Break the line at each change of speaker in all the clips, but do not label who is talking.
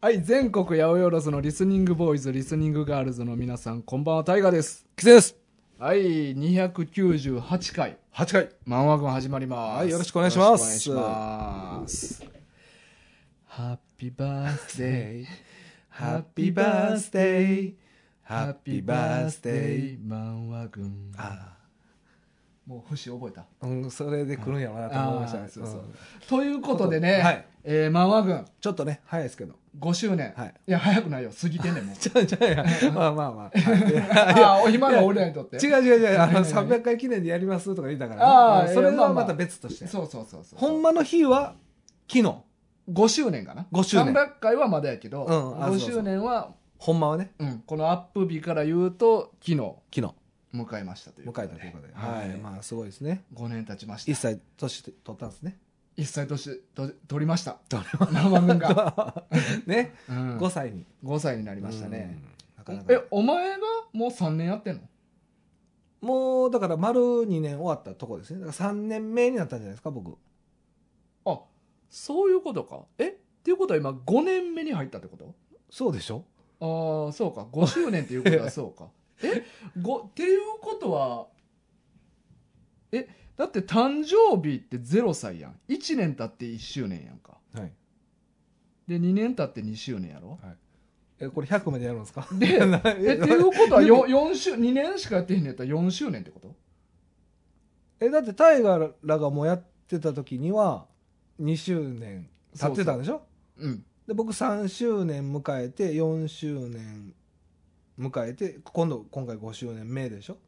はい、全国八百万のリスニングボーイズ、リスニングガールズの皆さん、こんばんは、タイガーです。
キセです。
はい、298回、
8回。
漫画軍始まります。
はいよろしくお願いします
よろしくお願いします。ハッピーバースデー、ハッピーバースデー、ハッピーバースデー、漫画軍。
あ
もう星覚えた
あ、うん、それで来るんやろうなと思いましたね
あーそううんそうということでね、
はい
えー、漫画軍
ちょっとね、早いですけど。
5周年、
はい
や早く ないよ過ぎてんねんもう
ちゃうちゃうやん。 まあまあまあ。はい
ああ今の俺らにとって
違う違う違う。あの、
何々
300回記念でやりますとか言ったか
あ
ら
ー
ね。それ
いやまあ
は
まあ
また別として。
そうそうそうそう
ほんまの日は、昨日。
5周年かな
5周年
300回はまだやけど、
うん
5
あそうそう
周年は
ほんまはね、
うん、このアップ日から言うと昨日
昨日、
迎えましたという
迎えたということで。
は、
はいい。まあ、すごいですね。
5年経ちました
一歳年取ったんですね。
一歳年と取りました
取
生分が、
ね、
うん、
5歳に。
5歳になり
い
ましたね。
なかなか
え。お前がもう3年やってんの
もう、だから丸2年終わったとこですね。だから3年目になったんじゃないですか、僕。
あそういうことかえっていうことは今5年目に入ったってこと
そうでしょ
ああそうか5周年っていうことはそう かえごっていうことはえだって誕生日って0歳やん1年経って1周年やんか
はい。
で2年経って2周年やろ
え、これ100までやるん ですか
で
な
え
え
っていうことはよ4週2年しかやってへんのやったら4周年ってこと
えだってタイガーらがもうやってた時には2周年経ってたんでしょ
うん
で僕3周年迎えて4周年迎えて今度今回5周年目でしょ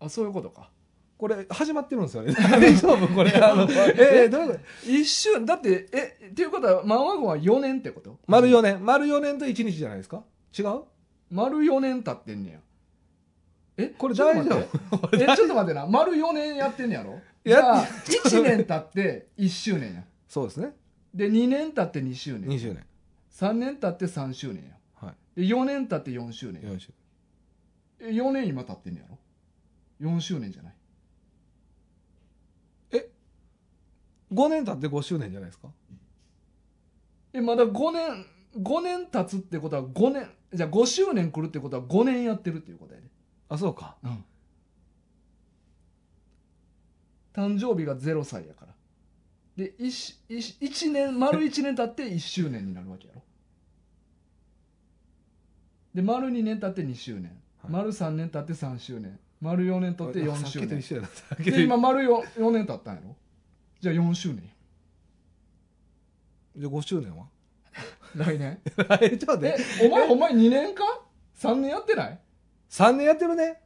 あそういうことか
これ始まってるん ですよね大丈夫これあのえーどういうこと
一周だってえっていうことはマンワゴンは4年ってこと
丸4年丸4年と1日じゃないですか違う
丸4年経ってんねやえ
これ
ちょっ
大
と待
丈
って
夫こ
え
れ
ちょっと待ってな丸4年やってんねやろ
やっ
じゃあ1年経って1周年や
そうですね
で2年経って2周
2
年
周年
3年経って3周年や
はい
で4年経って4周年や
4周
え4年今経ってんねやろ4周年じゃない
5年経って5周年じゃないですか
えまだ5年5年経つってことは5年じゃあ5周年来るってことは5年やってるっていうことやで、
あそうか
うん、誕生日が0歳やからで 1, 1年丸1年経って1周年になるわけやろで丸2年経って2周年、
はい
丸3年経って3周年丸4年経って4
さっ
周
きと
年
一緒やなさっきと
で
一緒
今丸 4, 4年経ったんやろじゃあ4周年や
じゃあ5周年は
来年
えちょっと待っ
え
て
お前お前2年か3年やって ない
3年やってるね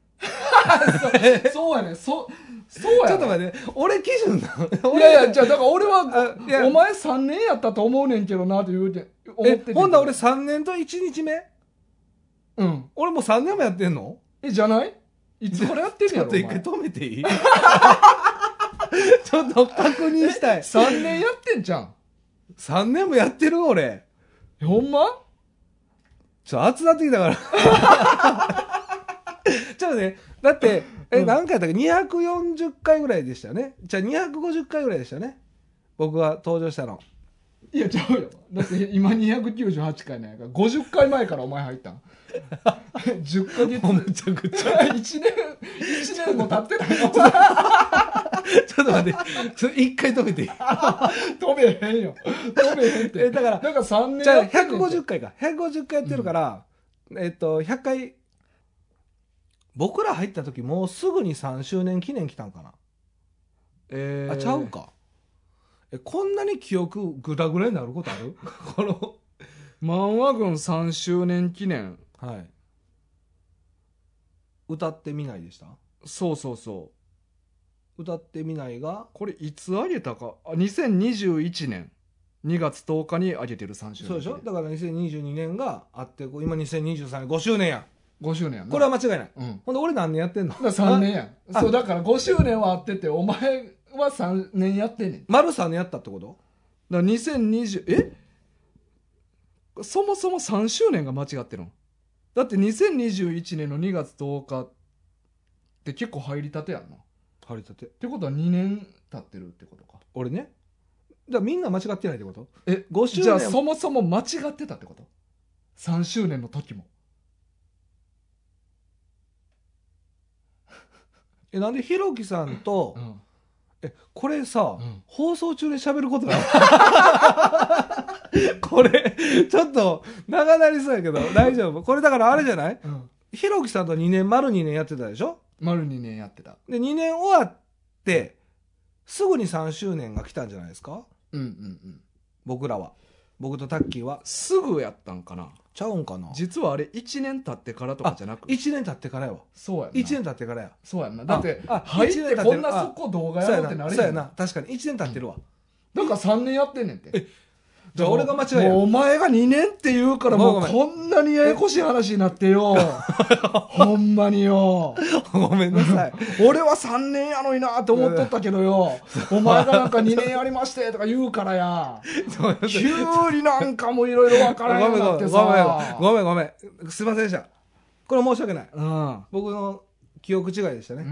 そうやねそそう
ちょ
や
っと
ね
待って、俺基準なの
いやいやじゃあだから俺は
あいや
お前3年やったと思うねんけどなって言うて思って
え
てけど
ほんなら俺3年と1日目
うん
俺もう3年もやってんの
えじゃないいつからやってんね
ち
や
ょ
ろお
っと
前
一回止めていい ちょっと確認したい。
3年やってんじゃん
3年もやってる俺。
えほんま
ちょっと熱なってきたから。 ちょっとね、だって、え、
うん
何回だっけ ?240 回ぐらいでしたよね。じゃあ250回ぐらいでしたよね。僕が登場したの。
いやちゃうよだって今298回なんやから50回前からお前入ったん 10ヶ月
もうむちゃ くちゃ。
1年一年も経ってないの
ちょっと待って、ちょっと一回止めていい
飛べへんよ飛べへんって
えだから
なんか3年
じゃ
や
あ
ってんねんて
150回か150回やってるから、えっと100回僕ら入った時もうすぐに3周年記念来たんかな、
えー
あちゃうかえこんなに記憶グダグダになることあ るこの
漫画軍3周年記念
はい歌ってみないでした
そうそうそう
歌ってみないが
これいつあげたかあ2021年2月10日にあげてる3周年
そうでしょだから2022年があってこう今2023年5周年や
5周年やんな
これは間違いない
うん
ほんで俺何年やってんの
だから3年やん
あ
そうだから5周年はあっててお前は3年やってんねんだか
丸3年やったってこと
ら2020えそもそも3周年が間違ってるのだって2021年の2月10日って結構入りたてやんなっ
張り立て
てことは2年経ってるってことか
俺ねだからみんな間違ってないってこと
え
?5 周
じゃあ
年
そもそも間違ってたってこと ?3 周年の時も。
えなんでひろきさんと、
ん。
えこれさ、
うん
放送中で喋るこ とがこれちょっと長なりそうやけど大丈夫これだからあれじゃない
うん。
ひろきさんと2年丸2年やってたでしょ
丸2年やってた。
で2年終わってすぐに3周年が来たんじゃないですか
うんうんうん。
僕らは僕とタッキーは
すぐやったんかな
ちゃうんかな
実はあれ1年経ってからとかじゃなく。
1年経ってからやわ
そうやんな。
1年経ってからや
そうやんな。だって、
ああ
入
一
っ
年経
て
ってる
こんな速攻動画
そう
や
や
ろうってな
な
れ
そう
へ
や
ん。
な確かに1年経ってるわ、
だから3年やってんねんて。
じゃあ俺が間違いや
もうお前が2年って言うからも
ご
う
めん
こんなにややこしい話になってよ。 ほんまによ。
ごめんなさい
俺は3年やのになって思っとったけど よ。お前がなんか2年やりましてとか言うから や。
そうや
急になんかもいろいろわ
ご
か
め
ら
ん
んようになっ
ごめん
てさ。
ごめんごめんすいませんでしたこれ申し訳ない
うん。
僕の記憶違いでした
うんう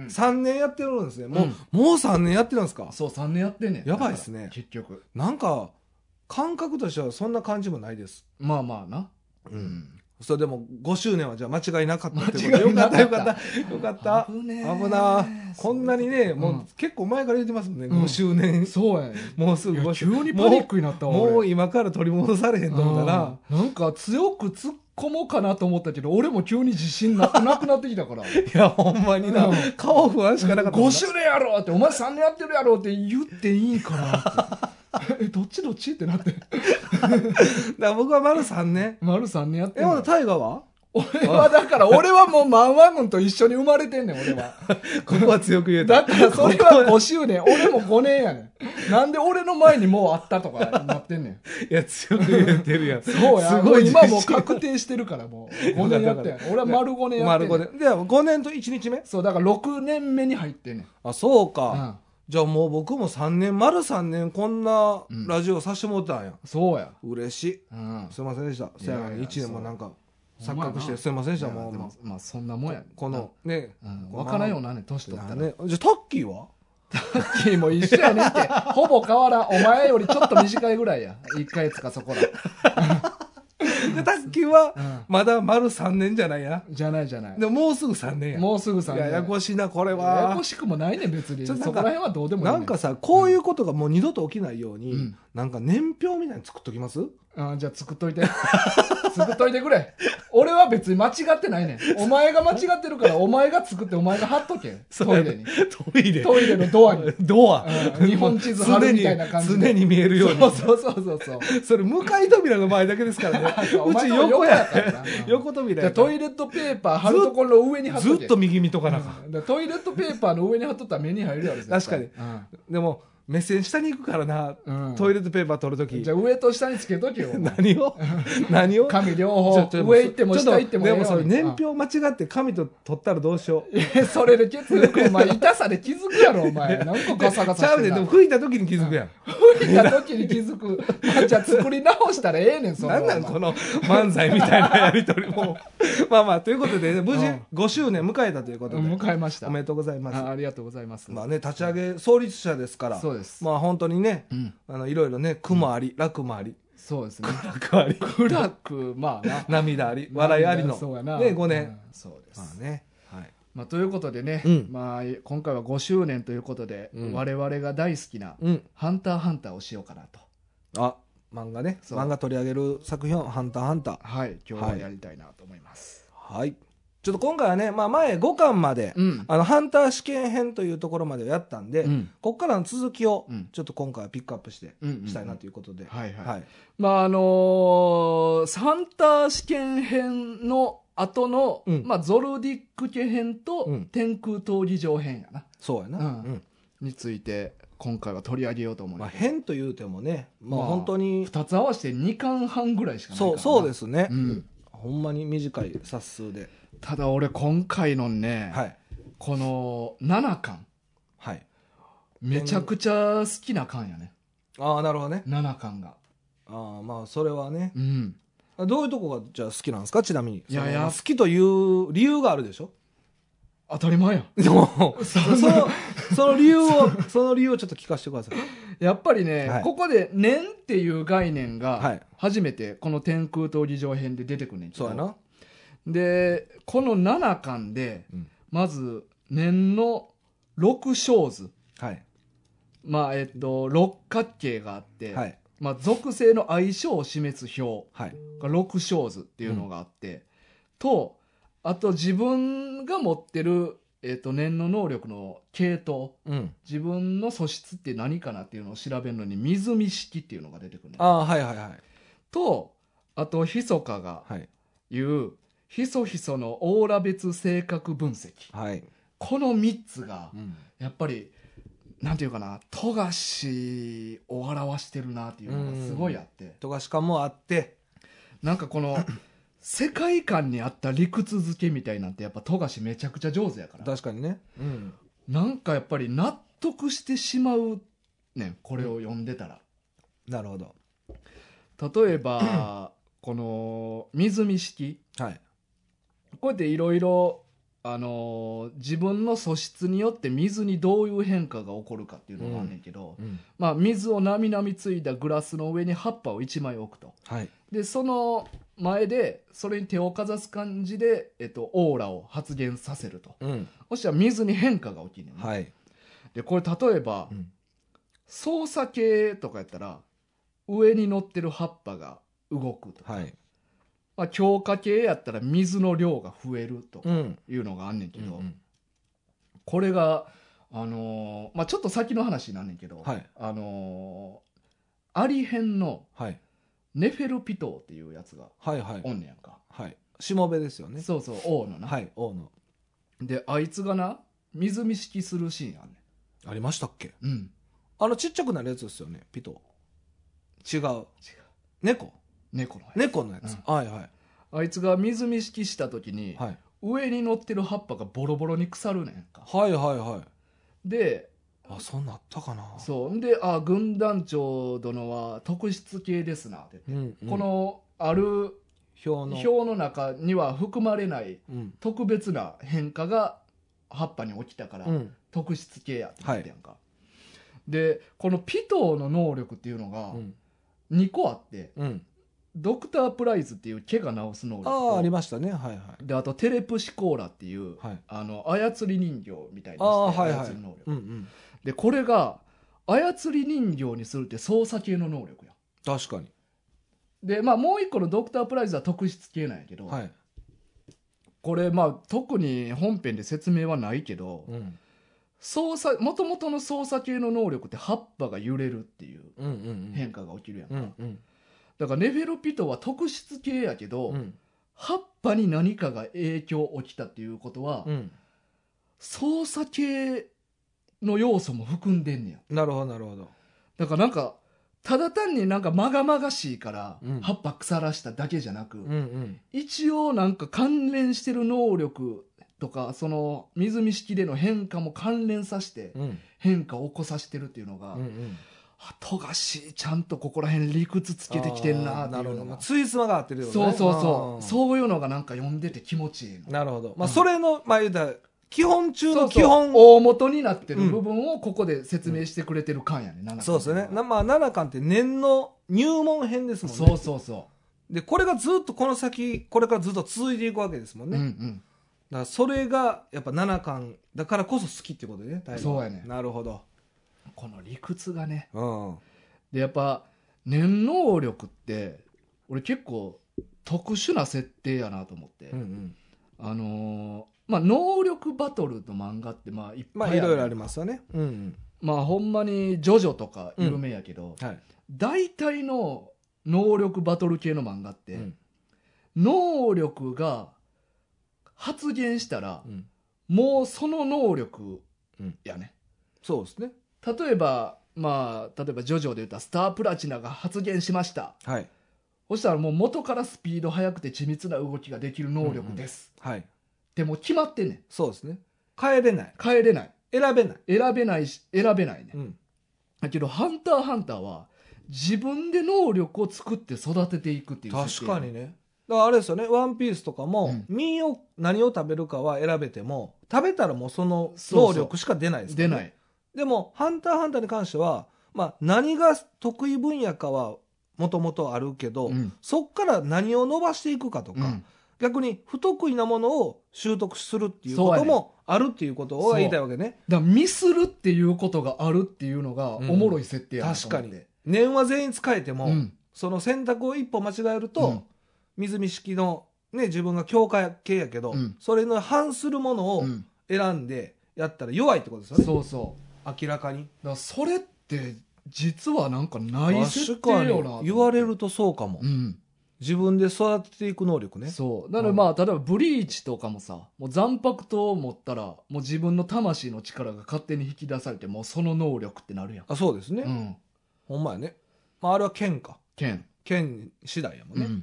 ね、
ん
三3年やってるんですねもう、
うん
もう3年やってるんです
う
か
ん。そう、3年やってんねん。
やばいっすね
だから結局。
なんか感覚としてはそんな感じもないです
まあまあな。
う。
うん
それでも5周年はじゃあ間違いなかったってこと
間違いなかった
よかったよかったよかった
危ねえ
危なこんなにね、も
うん
う結構前から言ってますもんね、
うん
5周年
そうやねん。
もうすぐ
いや
5周
急
年
にパニックになったわ
もうもう
い
今から取り戻されへんと思ったら
なんか強く突っ込もうかなと思ったけど俺も急に自信なくなくなってきたから
いやほんまにな、
うん
顔不安しかなかったもん
5
な
周年やろってお前3年やってるやろって言っていいんかなって えどっちどっちってなって
だから僕は丸3年
丸3年やって
え
ん
ま
の
だ大河は
俺はだから俺はもうマンワン軍と一緒に生まれてんねん俺 は
ここは強く言えた
だからそれは5周年俺も5年やねんなんで俺の前にもうあったとかなってんねん
いや強く言えてるや ん
そうや
す
も
ご
う
い
今もう
自信
確定してるからもう5年や ったやん俺は丸5年やってん
丸
ね
5
ん
年で5年と1日目
そうだから6年目に入ってんねん
あそう
う
か、
ん
じゃあもう僕も3年丸3年こんなラジオさせてもらったんや、
そうや。
嬉しい
うん。
すいませんでしたせやの
いやい
に
や
1年もなんか
そう
錯覚し
ほんまや
て
な
すいませんでしたもう
で
も
もまあそんなもんやね
う。このね
な。うん
こ
わ
の
からんよなね、年取った
だ
ら。
ねじゃあタッキーは
タッキー も一緒やねんって。ほぼ変わらん。お前よりちょっと短いぐらいや。1ヶ月かそこら。
でタッキーは
うん
まだ丸3年じゃないや
じゃないじゃない
で。ももうすぐ3年や
もうすぐ3
い
年。
やややこしいなこれ
やや
は
こしくもないねん、別に。
ち
そ
ょっ
こと
なんから
辺はどうでもいいね。
なんかさこういうことがもう二度と起きないように、
うん
なんか年表みたいに作っときます
うん、じゃあ作っといて。 作っといてくれ。俺は別に間違ってないねん。お前が間違ってるから、お前が作ってお前が貼っとけ。トイレに。
トイレ
トイレのドアに。
ドア
うん日本地図貼るみたいな感じ
常
で
に常に見えるように
そうそうそうそうそう。
それ向かい扉の前だけですから ね
お
う
前
ち
の
横や
横やからな
横扉
じゃ
や
あトイレットペーパー貼るところの上に貼っ
ず
と
っ
け
と右見とかなあかん
うんだからトイレットペーパーの上に貼っとったら目に入るやろ絶対
確かに
うん
でも目線下に行くからな、
うん
トイレットペーパー取るとき
じゃあ上と下につけとけよお前
何を何を
紙両
ちょ
方
ちょ
上行っても
ちょ
下行っても
で
ええよう
も
に
それ年表間違って紙と取ったらどうしよう
うんいやそれで気づくお前痛さで気づくやろお 前何個ガサガ
ちゃ
サ
う
して
ねんで
な
も吹いた時に気づくやん
吹いた時に気づくあじゃあ作り直したらええねんそれ
な
は
んなん
お前
この漫才みたいなやり取り もまあまあということでね無事
うん
5周年迎えたということで
迎えました
おめでとうございます
あありがとうございます
まあね立ち上げ創立者ですから
そうです
まあ本当にね
うん
あのいろいろね苦もあり楽もあり
そう ですね
楽あり
暗くまあな
涙あり 笑いありのね
そうやな
5
う
年
んそうです
まあねはい
まあ、ということでね、
うん
まあ、今回は5周年ということで、
うん
我々が大好きな
うん
「ハンターハンター」をしようかなと、
あ漫画ね
そう
漫画取り上げる作品を「ハンターハンター
はい、今日
は
はいやりたいなと思います。」
はいちょっと今回はねまあ前5巻まで
うん
あのハンター試験編というところまでやったんで
うん
ここからの続きを
うん
ちょっと今回はピックアップして
うんうん
したいなということで、
はいはい、
はい
まああのーハンター試験編の後の、
うん
まあ、ゾルディック家編と、
うん
天空闘技場編やな
そうやな、
うん
うん
について今回は取り上げようと思い
まあ、
ます、
変というてもね、まあ、
まあ
本当に、
2つ合わせて2巻半ぐらいしかないから
そ
な
うそうですね、
うん
ほんまに短い冊数で、
ただ俺今回のね、
はい
この7巻
はい、
めちゃくちゃ好きな巻やね
ああなるほどね
7巻が
ああまあそれはね
うん
どういうとこがじゃあ好きなんですかちなみに
いや
その
やっ
好きという理由があるでしょ
当たり前やん
でも
そ
そのその理由をその理由をちょっと聞かせてください
やっぱりね、
はい
ここで「年」っていう概念
は
が
い
初めてこの天空闘技場編で出てくるねんけど
そうやな
でこの7巻で
うん
まず年の6小図
はい
まあえっと六角形があって、
はい
まあ、属性の相性を示す表
はい
が6小図っていうのがあって、とあと自分が持ってる、えっと年の能力の系統
うん
自分の素質って何かなっていうのを調べるのに水見式っていうのが出てくるね
ああはいはいはい
とあとひそかが
はい
言うひそひそのオーラ別性格分析
はい、
この3つが
うん
やっぱりなんていうかな富樫を表してるなっていうのがすごいあって
とかしかもあって
なんかこの世界観に合った理屈付けみたいなんてやっぱ富樫めちゃくちゃ上手やから
確かにね、うん、
なんかやっぱり納得してしまうねんこれを読んでたら。
なるほど
例えばこの水見式
はい
こうやっていろいろあのー自分の素質によって水にどういう変化が起こるかっていうのがあんねんけど、
うん
まあ、水をなみなみついたグラスの上に葉っぱを1枚置くと
はい
でその前でそれに手をかざす感じで、えっと、オーラを発現させると
うん
そしたら水に変化が起きるねんね、
はい
でこれ例えば
うん
操作系とかやったら上に乗ってる葉っぱが動くとか
はい
まあ、強化系やったら水の量が増えると
うんうん
いうのがあんねんけ
う
ど、
ん
これが、あのーまあ、ちょっと先の話になんねんけど、
はい
あのーアリ編の
はい
ネフェルピトーっていうやつが
はいはい
おんねやんか、
はいしもべですよね
そうそう王のな、
はい王の
であいつがな水見式するシーンあんね
ありましたっけ
んうん
あのちっちゃくなるやつですよねピト違う
違う
猫
猫のやつ
猫のやつ、はいは
あいつが水見式した時に、
いはい
上に乗ってる葉っぱがボロボロに腐るねんか
はいはいはい
で
あそんなあったかな
そうんで「あ軍団長殿は特質系ですな」って
う、んうん、
このある
表の
表の中には含まれない
うん
特別な変化が葉っぱに起きたから
うん
特質系やって言ってやんか、でこのピトーの能力っていうのが
うん
2個あって、
うん
ドクタープライズっていう毛が治す能力
あ
と
あありましたねはいは
であとテレプシコーラっていう
いはい
あの操り人形みたいに
ああ
して
はいはい
操る能力、
うんうん
でこれが操り人形にするって操作系の能力や
確かに
でまあもう一個のドクタープライズは特質系なんやけど、
はい
これまあ特に本編で説明はないけど
うん
操作もともとの操作系の能力って葉っぱが揺れるっていう
うんうん
変化が起きるやんか、
うんうんうん
だからネフェロピトは特質系やけど、
うん
葉っぱに何かが影響起きたっていうことは、
うん
操作系の要素も含んでんねや
なるほどなるほど
だからなんかただ単になんかまがまがしいから、
うん
葉っぱ腐らしただけじゃなく、
うんうん
一応なんか関連してる能力とかその水見式での変化も関連させて
うん
変化を起こさせてるっていうのが、
うんうん
あ富樫ちゃんとここら辺理屈つけてきてんな
あ
っ
ー
てい
なる
う
ほ
の
どま
が、
あついつまが合ってるよね
そうそう
あ
そ
ー
うそういうのがなんか読んでて気持ちいいの
なるほどまあ
うん
それのまあ言うたら基本中
そ
の
うそう
基本
大元になってる部分をここで説明してくれてる感やね、七巻
そうですよね。なまあ、7巻って年の入門編ですもんね。
そうそうそ
で、これがずっとこの先、これからずっと続いていくわけですもん
う、
ね。
うんう
だ
ん
からそれが、やっぱ7巻だからこそ好きってことでね、大河
そうやね
なるほど。
この理屈がね
うん。
でやっぱ念能力って俺結構特殊な設定やなと思って、
うんうん。
あのーまあ能力バトルの漫画ってまあいっ
ま
ぱい
あ、いろいろあり
ま
ますよね。うん、
まあほんまにジョジョとか有名やけど、
うん。はい。
大体の能力バトル系の漫画って、
うん
能力が発現したら
う、ん
もうその能力やね、
そうですね。
例えばまあ例えばジョジョで言ったらスタープラチナが発現しました
はい。
そしたらもう元からスピード速くて緻密な動きができる能力です、
はい。
でも決まってんねん
そうですね。帰れない。
変えれない
選べない。
選べないし選べないね、
うん。
だけど「ハンターハンター」は自分で能力を作って育てていくっていう設
確
定
かにね。だからあれですよね「ワンピースとかも、
うん
身を何を食べるかは選べても食べたらもうその
そうそ
能
う
力しか出ないですか
出
らね
ない
でも「ハンターハンター」に関しては、まあ、何が得意分野かはもともとあるけど、
うん
そっから何を伸ばしていくかとか、
うん
逆に不得意なものを習得するっていうこともあるっていうことを言いたいわけね
だからミスるっていうことがあるっていうのがお
うん
もろい設定やなと
確
思
か
って、
に念は全員使えても、
うん
その選択を一歩間違える
うん
と、水見式の、ね、自分が強化系やけど、
うん
それの反するものを
うん
選んでやったら弱いってことですよね、
そうそう
明らかに
だからそれって実はなんかない設定よ
確か
なと思っ
に
て
言われるとそうかも、
うん
自分で育てていく能力ね
そうなのでまあ例えばブリーチとかもさもう残白刀を持ったらもう自分の魂の力が勝手に引き出されてもうその能力ってなるやん、
あそうですね、
うん、
ほんまやね、まあ、あれは剣か
剣、
剣次第やもんね
うん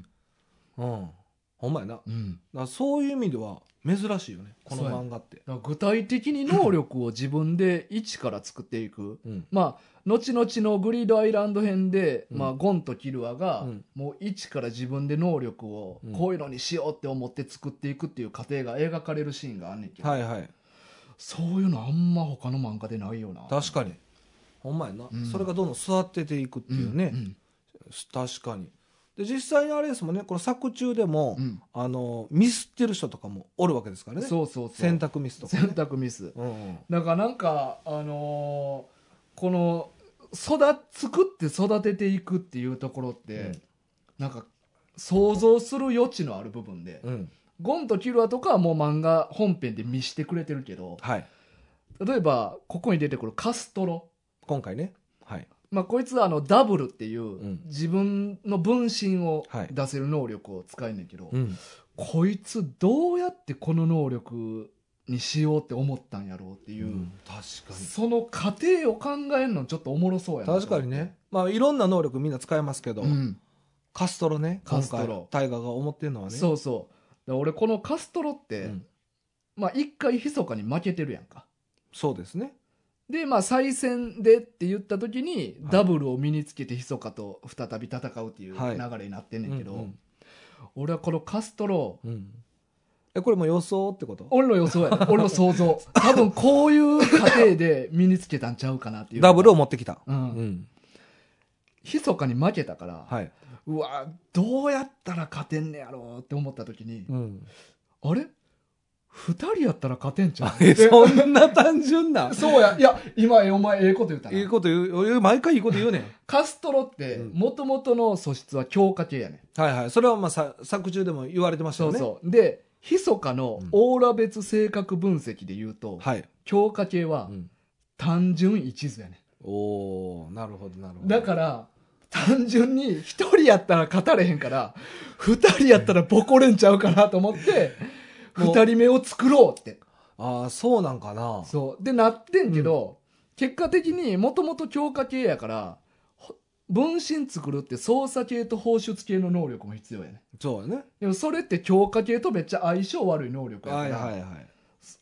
うん、ほんまやなだか
うん、
らそういう意味では珍しいよねこの
そうやね
漫画って
だから具体的に能力を自分で一から作っていく
うん
まあ後々のグリードアイランド編で、
うん
まあ、ゴンとキルアが、
うん
もう一から自分で能力を
うん
こういうのにしようって思って作っていくっていう過程が描かれるシーンがあんねんけど、
はいはい
そういうのあんま他の漫画でないよな
確かにほんまやな、
うん
それがどんどん育てていくっていうね、
ん
確かにで実際にあれですもんねこの作中でも、
うんうん
あのミスってる人とかもおるわけですからね
そうそうそう
選択ミスとか、ね、
選択ミス
うんうん
だからなんかあのーこの育作って育てていくっていうところって、
うん
なんか想像する余地のある部分で、
うん
ゴンとキルアとかはもう漫画本編で見してくれてるけど、
はい
例えば、ここに出てくるカストロ。
今回ねはい、
まあ、こいつはあの、ダブルっていうん自分の分身を
はい
出せる能力を使えんねんけど、
うん
こいつどうやってこの能力にしようって思ったんやろうっていう、
うん確か
その過程を考えるのちょっとおもろそうやな。
確かにね。まあいろんな能力みんな使えますけど、
うん。
カストロね
カストロ
今回大河が思ってるのはね
そうそう。だから俺このカストロって、
うん
まあ一回密かに負けてるやんか。
そうですね
で、まあ、再戦でって言った時に、
はい
ダブルを身につけてひそかと再び戦うっていう
はい
流れになってんねんけど、
うんうん
俺はこのカストロ
うんえこれも予想ってこと
俺の予想やね俺の想像多分こういう過程で身につけたんちゃうかなっていう
ダブルを持ってきた
う
うんん
ひそかに負けたから、
はい、
うわどうやったら勝てんねやろうって思った時に、
うん、
あれ二人やったら勝てんちゃう
えそんな単純な
そうやいや今えお前ええこと言ったない
いこと言う俺毎回いいこと言うねん
カストロって
うん
もともとの素質は強化系やねん
はいはい。それはまあさ作中でも言われてました
そ
よ
う
ね。
そう。で、ひそかの
うん
オーラ別性格分析で言うと、
はい。
強化系は
うん
単純一途やね。
おおなるほどなるほど。
だから、単純に一人やったら勝たれへんから、二人やったらボコれんちゃうかなと思って、
もう
二人目を作ろうって。
ああ、そうなんかな。
そう。で、なってんけど、結果的にもともと強化系やから、ほ分身作るって操作系と放出系の能力も必要やね。
そうやね。
でもそれって強化系とめっちゃ相性悪い能力やか
は
ら、
いはいはい。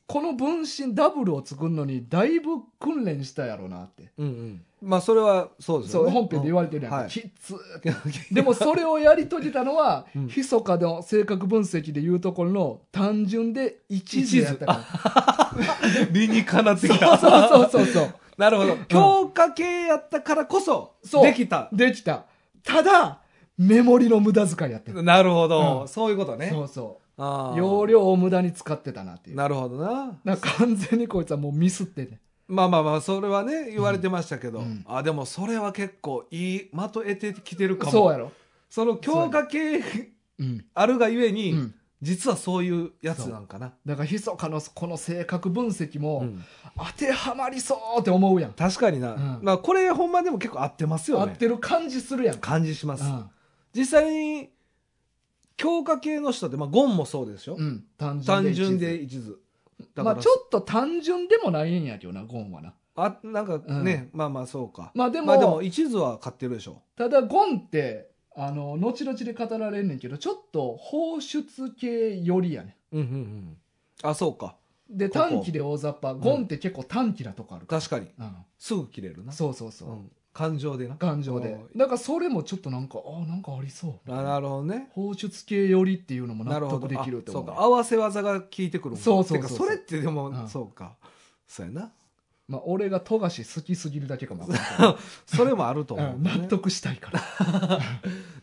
この分身ダブルを作るのにだいぶ訓練したやろうなって。
うんうん。まあそれはそうです
そ
よ
う
ね。
本編で言われてるやんか、
はい
きっつーってでもそれをやり遂げたのは、
うん
ひそかの性格分析でいうところの単純で一途やったか
うん 理にかなってき
ら
た。
そうそうそうそう
なるほど。強化系やったからこそ、
そう
できた。
できたただメモリの無駄遣いやってる、
なるほど、
うん
そういうことね。
そうそ
あ
う
あ
容量を無駄に使ってたなっていう
なるほどな。
なんか完全にこいつはもうミスってんね
まあまあまあ、それはね、言われてましたけど。
うん
あでもそれは結構いい、まとえてきてるかも。
そうやろ
その強化系
うん、
あるがゆえ
う
に、
ん、
実はそういうやつなんかな、
だからひそかのこの性格分析も、
うん
当てはまりそうって思うやん、
確かにな、
うん
まあ、これほんまでも結構合ってます
合
よね
ってる感じするやんか、
感じします、
う
実際に強化系の人って、まあ、ゴンもそうですよ、
んうん、単純で
単純で一途
ま
だか
あ
ら、
ちょっと単純でもないんやけどなゴンはな
あなんかね、まあまあそうか、
まあでも,、
まあでも一途は買ってるでしょ
ただゴンってあの後々で語られんねんけどちょっと放出系よりやね
うんうんうんあそうか
で
ここ
短期で大雑把ゴンって結構短期なとこあるから、
確かに
うん
すぐ切れるな
そうそうそう、
うん感情でな
感情で
お
だからそれもちょっとなんかあなんかありそう
あなるほどね
放出系よりっていうのも
な
納
るほど
得できると
あそ
思
う
う
か合わせ技が効いてくるもんね
そうそう
てか
そう
それってでも、
うん
そうかそうやな
まあ、俺が富樫好きすぎるだけかもわかんない
それもあると
う
思う、
ん納得したいから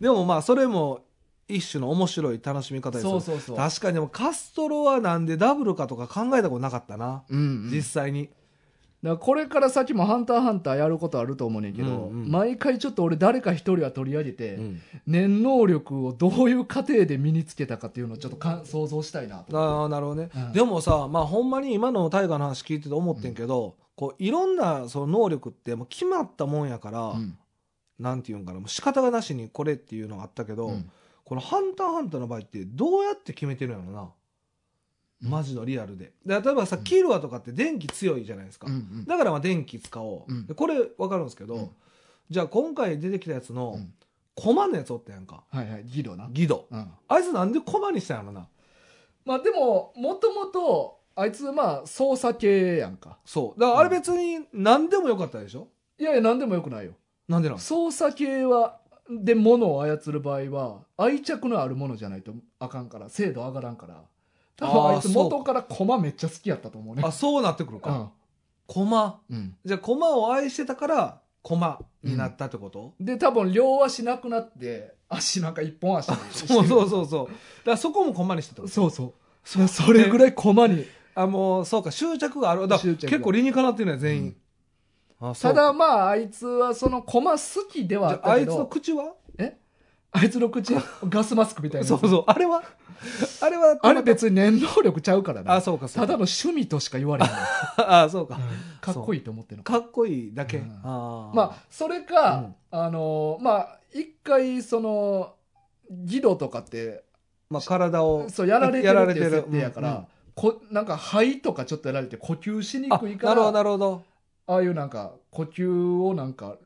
でもまあそれも一種の面白い楽しみ方ですよ
そうそうそう、
確かにでもカストロはなんでダブルかとか考えたことなかったな、
うんうん
実際に
だからこれから先も「ハンターハンター」やることあると思うねんけど、
うんうん
毎回ちょっと俺誰か一人は取り上げて、
うん
念能力をどういう過程で身につけたかっていうのをちょっとかん想像したいなと
ああなるほどね、
うん
でもさまあほんまに今の大河の話聞いてて思ってんけど、こういろんなその能力ってもう決まったもんやから、
うん
なんていうんかなもう仕方がなしにこれっていうのがあったけど、
うん
この「ハンターハンター」の場合ってどうやって決めてるんやろな
うん
マジのリアルでで例えばさ、キルアとかって電気強いじゃないですか、
うんうん
だからまあ電気使おう、
うん
でこれ分かるんですけど、
うん
じゃあ今回出てきたやつ
う
の
ん
コマのやつおったやんか
はいはいギドな、
ギド
うん
あいつなんでコマにしたんやろな
まあでももともとあいつまあ操作系やんか
そうだからあれ別に何でもよかったでしょ
いやいや何でもよくないよ
なんでなん
操作系はで物を操る場合は愛着のあるものじゃないとあかんから精度上がらんから多
あー
分あいつ
そう
元から駒めっちゃ好きやったと思うね
あそうなってくるか、コマ
うん
じゃあコマを愛してたからコマになったってこと、
で多分両足なくなって足なんか一本足にして
そうそうそうそうだからそこもコマにしてたってこと
そうそうそそれぐらい駒に
あもうそうか執着があるだから
執着が
結構理にかなってるね全員、あそう
ただまああいつはその駒好きではあ
じ
っ
ゃあ
た
あ
け
いつの
ど
口は
あいつの口ガスマスクみたいな
そ
や
う
つ
そうあれはあれは
あれ別に念能力ちゃうからね
あそうかそ
た
う
だの
か
趣味としか言われへんの
あ そうか
かっこいいと思ってるの
かっこいいだけ、
うん
あー
まあそれか、あのーまあ一回その義堂とかって
まあ体を
そうやられて
や
る
ら
っ
れ
て
て
い
る
う設定やから、
うんうん
こなんか肺とかちょっとやられて呼吸しに
あ
くいか
なるほど
らあ
なるほど
あいうなんか呼吸をなんか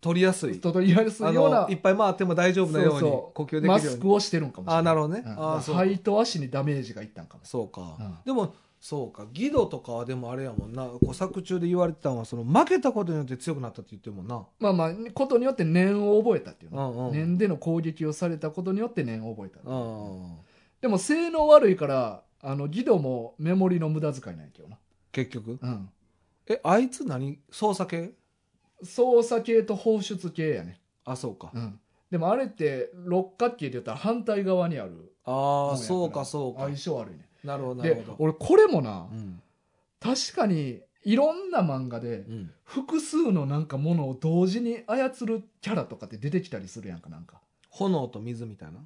取りやすい
とりあえず
あ
ような
のいっぱい回っても大丈夫なように
そうそう
呼吸できるよう
マ
に
スクをしてるんかもしれない
あなるほどね
うん
あーそう
肺と足にダメージがいったんかもし
そうか、
うん
でもそうかギドとかはでもあれやもんなこう作中で言われてたのはその負けたことによって強くなったって言ってるもんな
れないまあまあことによって念を覚えたっていう
う
の、
んうん
念での攻撃をされたことによって念を覚えた、
うん
でも性能悪いからあの義堂もメモリの無駄遣いなんやけどな
結局
うん
えあいつ何操作系
操作系と放出系やね、
あそうか、
うん、でもあれって六角形で言ったら反対側にある
あ
もんや
あ
ら
そうかそうか
相性悪いね
なるほどなる
で
ほど
俺これもな、
うん
確かにいろんな漫画で
うん
複数のなんかものを同時に操るキャラとかって出てきたりするやんかなんか
炎と水みたいな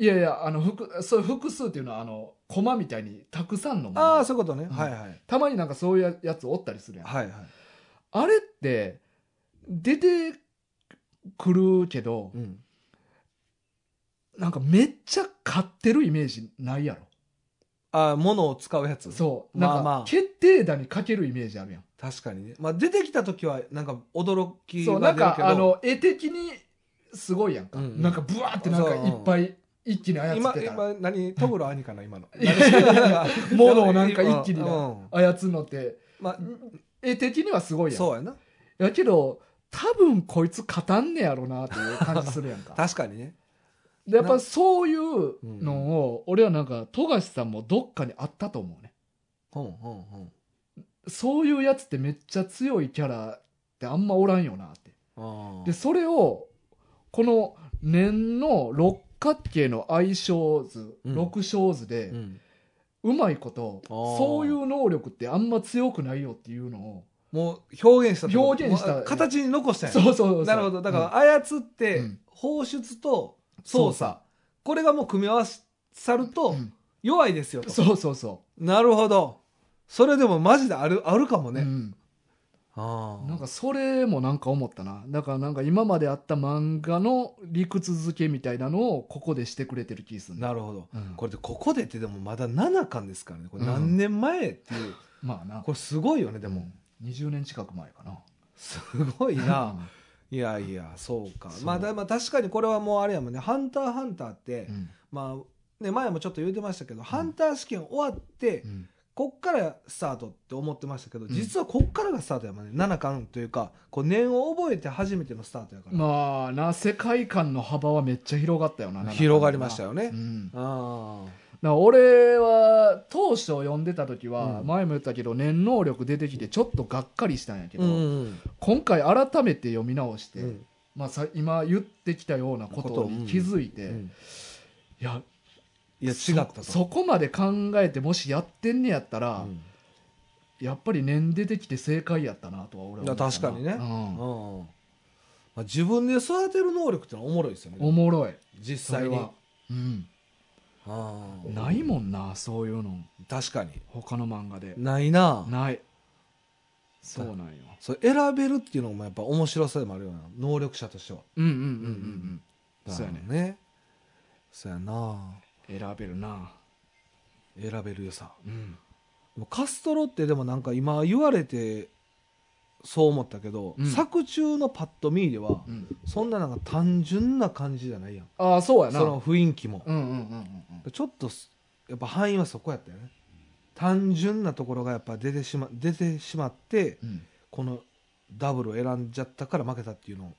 い
やいやあの複そう複数っていうのはあの駒みたいにたくさんのも
ああ
の
そういうことね、
うん
はいはい
たまになんかそういうやつおったりするやん、
はいはい、
あれって出てくるけど、
うん、
なんかめっちゃ買ってるイメージないやろ。
ああ物を使うやつ
そう。
まあ
なん
ま
か
あ
決定打にかけるイメージあるやん。
確かにね、まあ、出てきた時はなんか驚き
そう、
が
なん
出る
か
けど
あの、絵的にすごいやんか。
うんうん
なんかブワーってなんかいっぱい一気に操っ
今
てたら。
今何トグロ兄かな今の
いやいやいや物をなんか一気にな
うん
操るのって、
ま
絵的にはすご
あ
いやん。
そうやな
やけど、多分こいつ勝たんねやろなっていう感じするやんか。
確かにね
でやっぱそういうのを、俺はなんか、富樫さんもどっかにあったと思うね。
うんうんうん
そういうやつってめっちゃ強いキャラってあんまおらんよなって。
あー
で、それを、この年の六角形の相性図、
うん
六小図で
う、ん
うまいこと、
あー
そういう能力ってあんま強くないよっていうのを、
もう表現したってこと
表現した
もう形に残したんや
そうそうそう。
なるほどだから操っ
う
て
ん
放出と
そうそ
操
う
作これがもう組み合わさる
う
と
ん、
弱いですよ
うん
と
そうそうそ
なるほどそれでもマジであるあるかも
う。
ね、
うん
あー
なんかそれもなんか思ったな。だからなんか今まであった漫画の理屈付けみたいなのをここでしてくれてる気する
なるほど
うん
これでここでってでもまだ7巻ですからねこれ何年前っていう、
まあな。
これすごいよねで
で
も、
も、20年近く前かな。
すごいないやいやそうか
そう
まあだまあ確かにこれはもうあれやもんね「ハンターハンター」って、
うん
まあね前もちょっと言うてましたけど、ハンター試験終わって
うん
こっからスタートって思ってましたけど、
うん
実はこっからがスタートやもんね七巻というかこう念を覚えて初めてのスタートやから、
まあな世界観の幅はめっちゃ広がったよな
広がりました
よ、
よね
う、ん、だか
あ
ら俺は当初読んでた時は、
うん
前も言ったけど念能力出てきてちょっとがっかりしたんやけ
あ
ど、
うん
今回改めて読み直して、
うん
まあ、さ今言ってきたようなことに気づいて、
うん
いや
いや違ったと
そこまで考えてもしやってんねやったら、
うん
やっぱり念出てきて正解やったなとは俺は思ったない
や確かにね
うん
うんまあ、自分で育てる能力ってのはおもろいですよ
お
ね
もろい
実
そ
際
れ
に
は、うん、
うん
ないもんなそういうの
確かに
他の漫画で
ないな
ないそうなんよ
そう選べるっていうのもやっぱ面白さでもあるような能力者としては
うんうんうんうんうんそうやね
ねそうやな
選べるな
選べるよさ
うん
でもカストロってでもなんか今言われてそう思ったけど、
うん
作中のパッと見では、
うん
そんななんか単純な感じじゃないやん
ああそうや
そ
な
の雰囲気も、
うんうんうんうんうん
ちょっとすやっぱ範囲はそこやったよね単純なところがやっぱ出てしま出てしまって
うん
このダブルを選んじゃったから負けたっていうのを、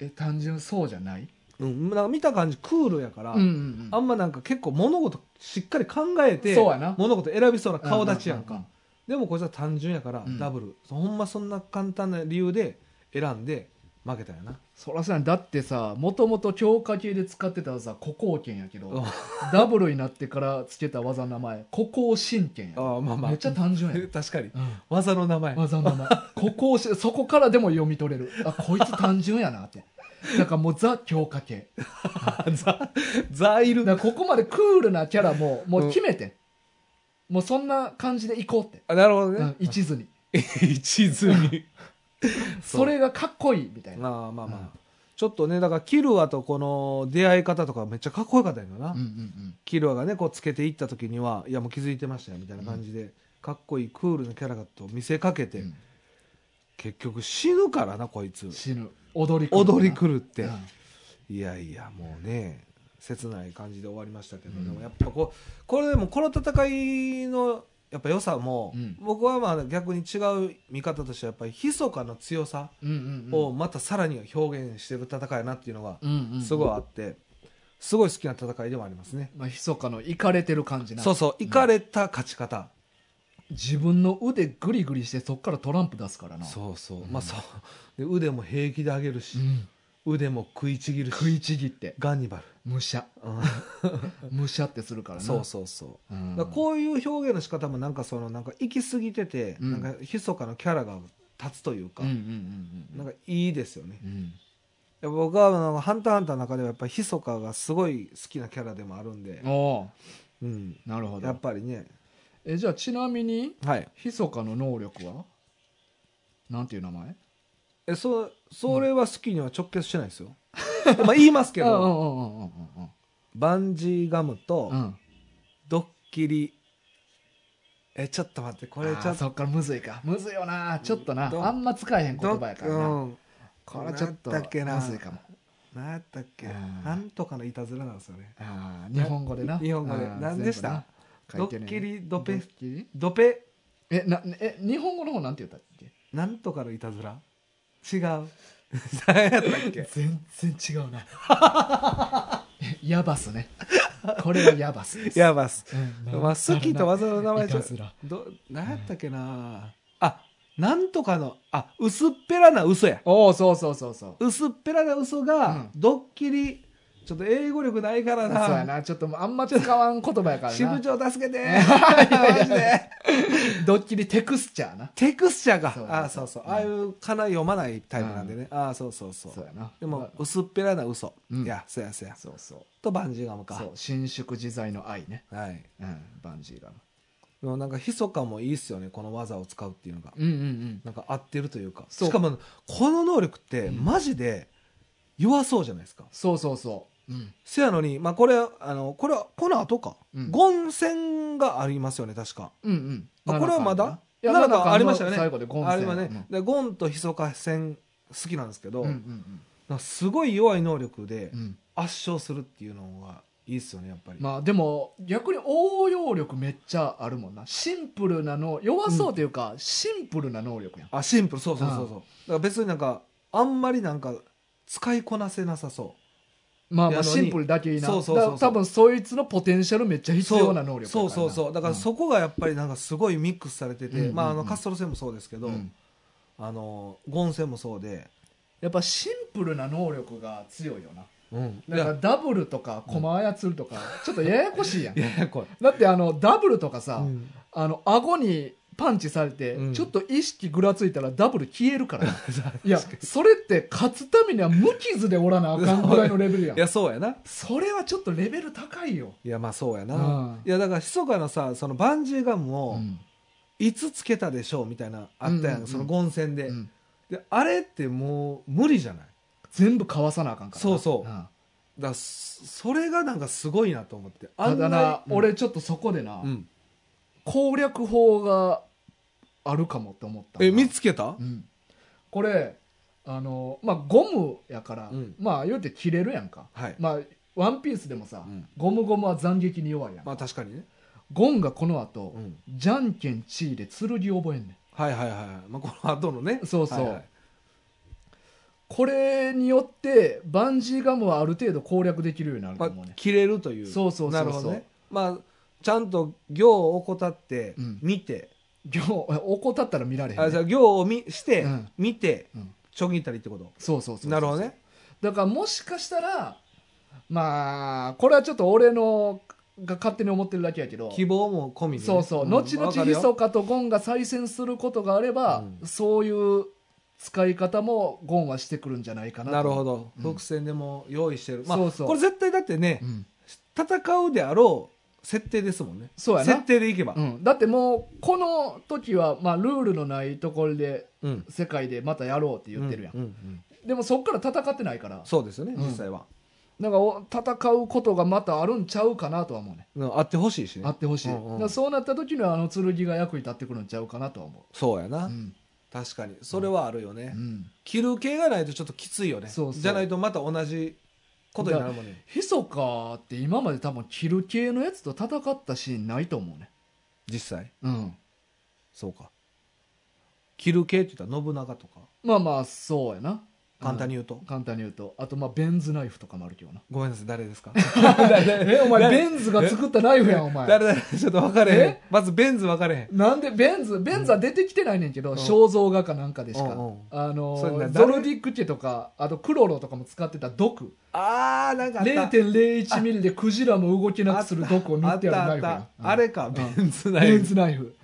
え単純そうじゃない
うん、なんか見た感じクールやから、
うんうんうん
あんまなんか結構物事しっかり考えて
そうやな
物事選びそうな顔立ちやんか、
うう
でもこいつは単純やから
うん
ダブル、ほんまそんな簡単な理由で選んで負けたよな、
そらそうやんだってさもともと強化系で使ってたさ古行剣やけど
あ
ダブルになってからつけた技の名前古行神剣や
あまあまあ
めっちゃ単純やん
確かに
うん
技の名前
わざわざここをし そこからでも読み取れるあこいつ単純やなってだからもうザ強化系
ザザイ
だ
ル
からここまでクールなキャラももう決めて、もうそんな感じで行こうって、
あなるほど
うん
ね、
一途に
一途に
それがかっこいいみたいな、
まあまあまあ、
うん
ちょっとねだからキルアとこの出会い方とかめっちゃかっこよかったんやけどな、
うんうん
キルアがねこうつけていった時にはいやもう気づいてましたよみたいな感じで、かっこいいクールなキャラだと見せかけて、
うん
結局死ぬからなこいつ
うん、死ぬ踊り狂うな
踊り狂って、
うん
いやいやもうね切ない感じで終わりましたけど、
うん
でもやっぱこうこれでもこの戦いのやっぱ良さも、
うん
僕はまあ逆に違う見方としてはやっぱり密かな強さ
うんうん
をまたさらに表現してる戦いやなっていうのが
うんうんうん
すごいあって、すごい好きな戦いでもありますね。
まあ、密かのいかれてる感じな
そうそう行かれた勝ち方、
自分の腕グリグリしてそっからトランプ出すからな
そうそう、
うん
まあそうで腕も平気で上げるし、
うん
腕も食いちぎるし
食いちぎって
ガンニバル、
むしゃ
うん
むしゃってするからな
そうそうそう
うん
だからこういう表現の仕方もなんかそのなんか行き過ぎてて、
うん
なんか密かなキャラが立つというか、
うんうんうんうん
なんかいいですよね。
うん
やっぱ僕はあのハンターハンターの中ではやっぱひそかがすごい好きなキャラでもあるんで、
お
うん、
ーなるほ
や
ど
っぱりね、
えじゃあちなみに
はい、
密かの能力はなんていう名前
えそそれは好きには直結してない ですよ。まあ言いますけ
う
ど、
んうんうんうんうん
バンジーガムと
うんうん
ドッキリ、えちょっと待ってこれ
あ
ち
ー
ょっと
そっからむずいかむずいよなちょっとな
ど
あんま使えへん
ド
言葉やからな、
うん、
これはちょっと
なんだっけな
むずいかも
なんやったっけ、
うん
なんとかのいたずらなんですよね。
あー日本語でな
日本語で
あー
何でした
全部な書いてるやん
ドッキリドペ
ドッキリ
ドペ
えなえ日本語の方なんて言ったっけ
なんとかのいたずら 違う何やったっけ
全然違うな ヤバスねこれはヤバスです
やばっす、
うん
まあ、好きと技の名前
い
じ
た
ゃ
ずら
ど何やったっけな、あなんとかのあ薄っぺらな嘘や
おおそうそうそうそう
薄っぺらな嘘が、
う
ドッキリちょっと英語力ないからな
そうやなちょっとあんま使わん言葉や からな
支部長助けてマジで
ドッキリテクスチャーな
テクスチャーが
そう
あそうそう、ああいうかな読まないタイプなんでね、あそうそうそう
そうやな
でも薄っぺらな嘘、
うん
いやそうやそうや
そうそう
とバンジーガムか
そう伸縮自在の愛ね
はい
うんバンジーが
でもなんかひそかもいいっすよねこの技を使うっていうのが、
うんうんうん
なんか合ってるというか
そう
しかもこの能力ってマジで弱そうじゃないですか、
そうそうそううん
せやのにまあこれあのこれはこの後か、
うん
権戦がありますよね確か
うんうん
あこれはまだ
いや
な
なん
か
んか
ありましたよね
最後でゴン
あ
セ
れ
ン
はね、でゴンとひそか戦好きなんですけど、
うんうんうん
なんかすごい弱い能力で
うん
圧勝するっていうのがいいいっすよねやっぱり、
まあでも逆に応用力めっちゃあるもんなシンプルなの弱そうというか、シンプルな能力やん
あシンプルそうそうそうそうだから別になんかあんまりなんか使いこなせなさそ
まあま
やの
あ
に
シンプルだけいいな
そうそうそうそう
だから多分そいつのポテンシャルめっちゃ
う
必要な能力や
そうそうそうそうだから
う
そこがやっぱりなんかすごいミックスされて
う
て、
んうんうん
まああのカストロ戦もそうですけど、
ん
あのゴン戦もそうで、
やっぱシンプルな能力が強いよな
うん、
だからダブルとか駒操るとか、ちょっとややこしいやん
いやいやこれ、
だってあのダブルとかさ、
うん
あの顎にパンチされて、
うん
ちょっと意識ぐらついたらダブル消える からねいやそれって勝つためには無傷でおらなあかんぐらいのレベルやん
いやそうやな
それはちょっとレベル高いよ、
いやまあそうやな、
うん
いやだから密かなさそのバンジーガム
う
を
ん
いつつけたでしょうみたいなあったやん、
うんうん
そのゴン戦で,、
うん
であれってもう無理じゃない
全部かわさなあかんからな
そうそうんだからそそれがなんかすごいなと思って
ただな、
うん
俺ちょっとそこでな、
うん、
攻略法があるかもって思った
え見つけた
うんこれあのまあゴムやから、
うん
まあ言うて切れるやんか
はい
まあワンピースでもさ、
うん
ゴムゴムは斬撃に弱いやん、
まあ確かにね、
ゴンがこの後、
うん、
じゃんけん地位で剣覚えんねん
はいはいはいはい、まあ、この後のね
そうそう
はいはい
これによってバンジーガムはある程度攻略できるようになる
ま
と
あ
思うね、、
切れるという
そうそうそうそう
なるほどねまあちゃんと行を怠って
うん
見て、
行怠ったら見られへんね、
あじゃあ行をみして、
うん
見て、
うん
ちょぎったりってこと
そうそうそうそう
なるほどね
だからもしかしたらまあこれはちょっと俺のが勝手に思ってるだけやけど
希望も込みでね、
そうそう、
ん
後々
わかる
ヒ
よ
ソカとゴンが再戦することがあれば、
うん
そういう使い方もゴンはしてくるんじゃないかな
なるほど
うん
伏線でも用意してる、まあ
そうそう
これ絶対だってね
う、ん
戦うであろう設定ですもんね
そうやな
設定でいけば
うんだってもうこの時は、まあ、ルールのないところで
うん
世界でまたやろうって言ってるやん、
うううん
でもそっから戦ってないから
そうですよね
うん
実際は、
なんかお戦うことがまたあるんちゃうかなとは思うね
うんあってほしいしね
あってほしい、
うんうん
だからそうなった時にはあの剣が役に立ってくるんちゃうかなとは思
そうやな、
う、うん
確かにそれはあるよね、
うん、
着る系がないとちょっときついよね
そうそう
じゃないとまた同じことになるもんね
ヒソカって今まで多分キル系のやつと戦ったシーンないと思うね
実際
うん
そうか着る系って言ったら信長とか
まあまあそうやな
簡単
に、
に言うと、
簡単に言うとあとまあベンズナイフとかもあるけど な
ごめんなさい誰ですか
えお前
誰
ベンズが作ったナイフやんお前
誰誰ちょっと分かれへん
え
まずベンズ分かれへん
なんでベンズベンズは出てきてないねんけど、
うん
肖像画かなんかでしか、
うんうん
あの
それな
ゾルディック家とかあとクロロとかも使ってた毒
あーなんかあった
0.01ミリでクジラも動けなくする毒を塗
あ
っ
ってた
あるナ
あっ
イフや
た、
うん
あれか
ん
ベンズナ
ベ
イ
ン
フ
ズナイフ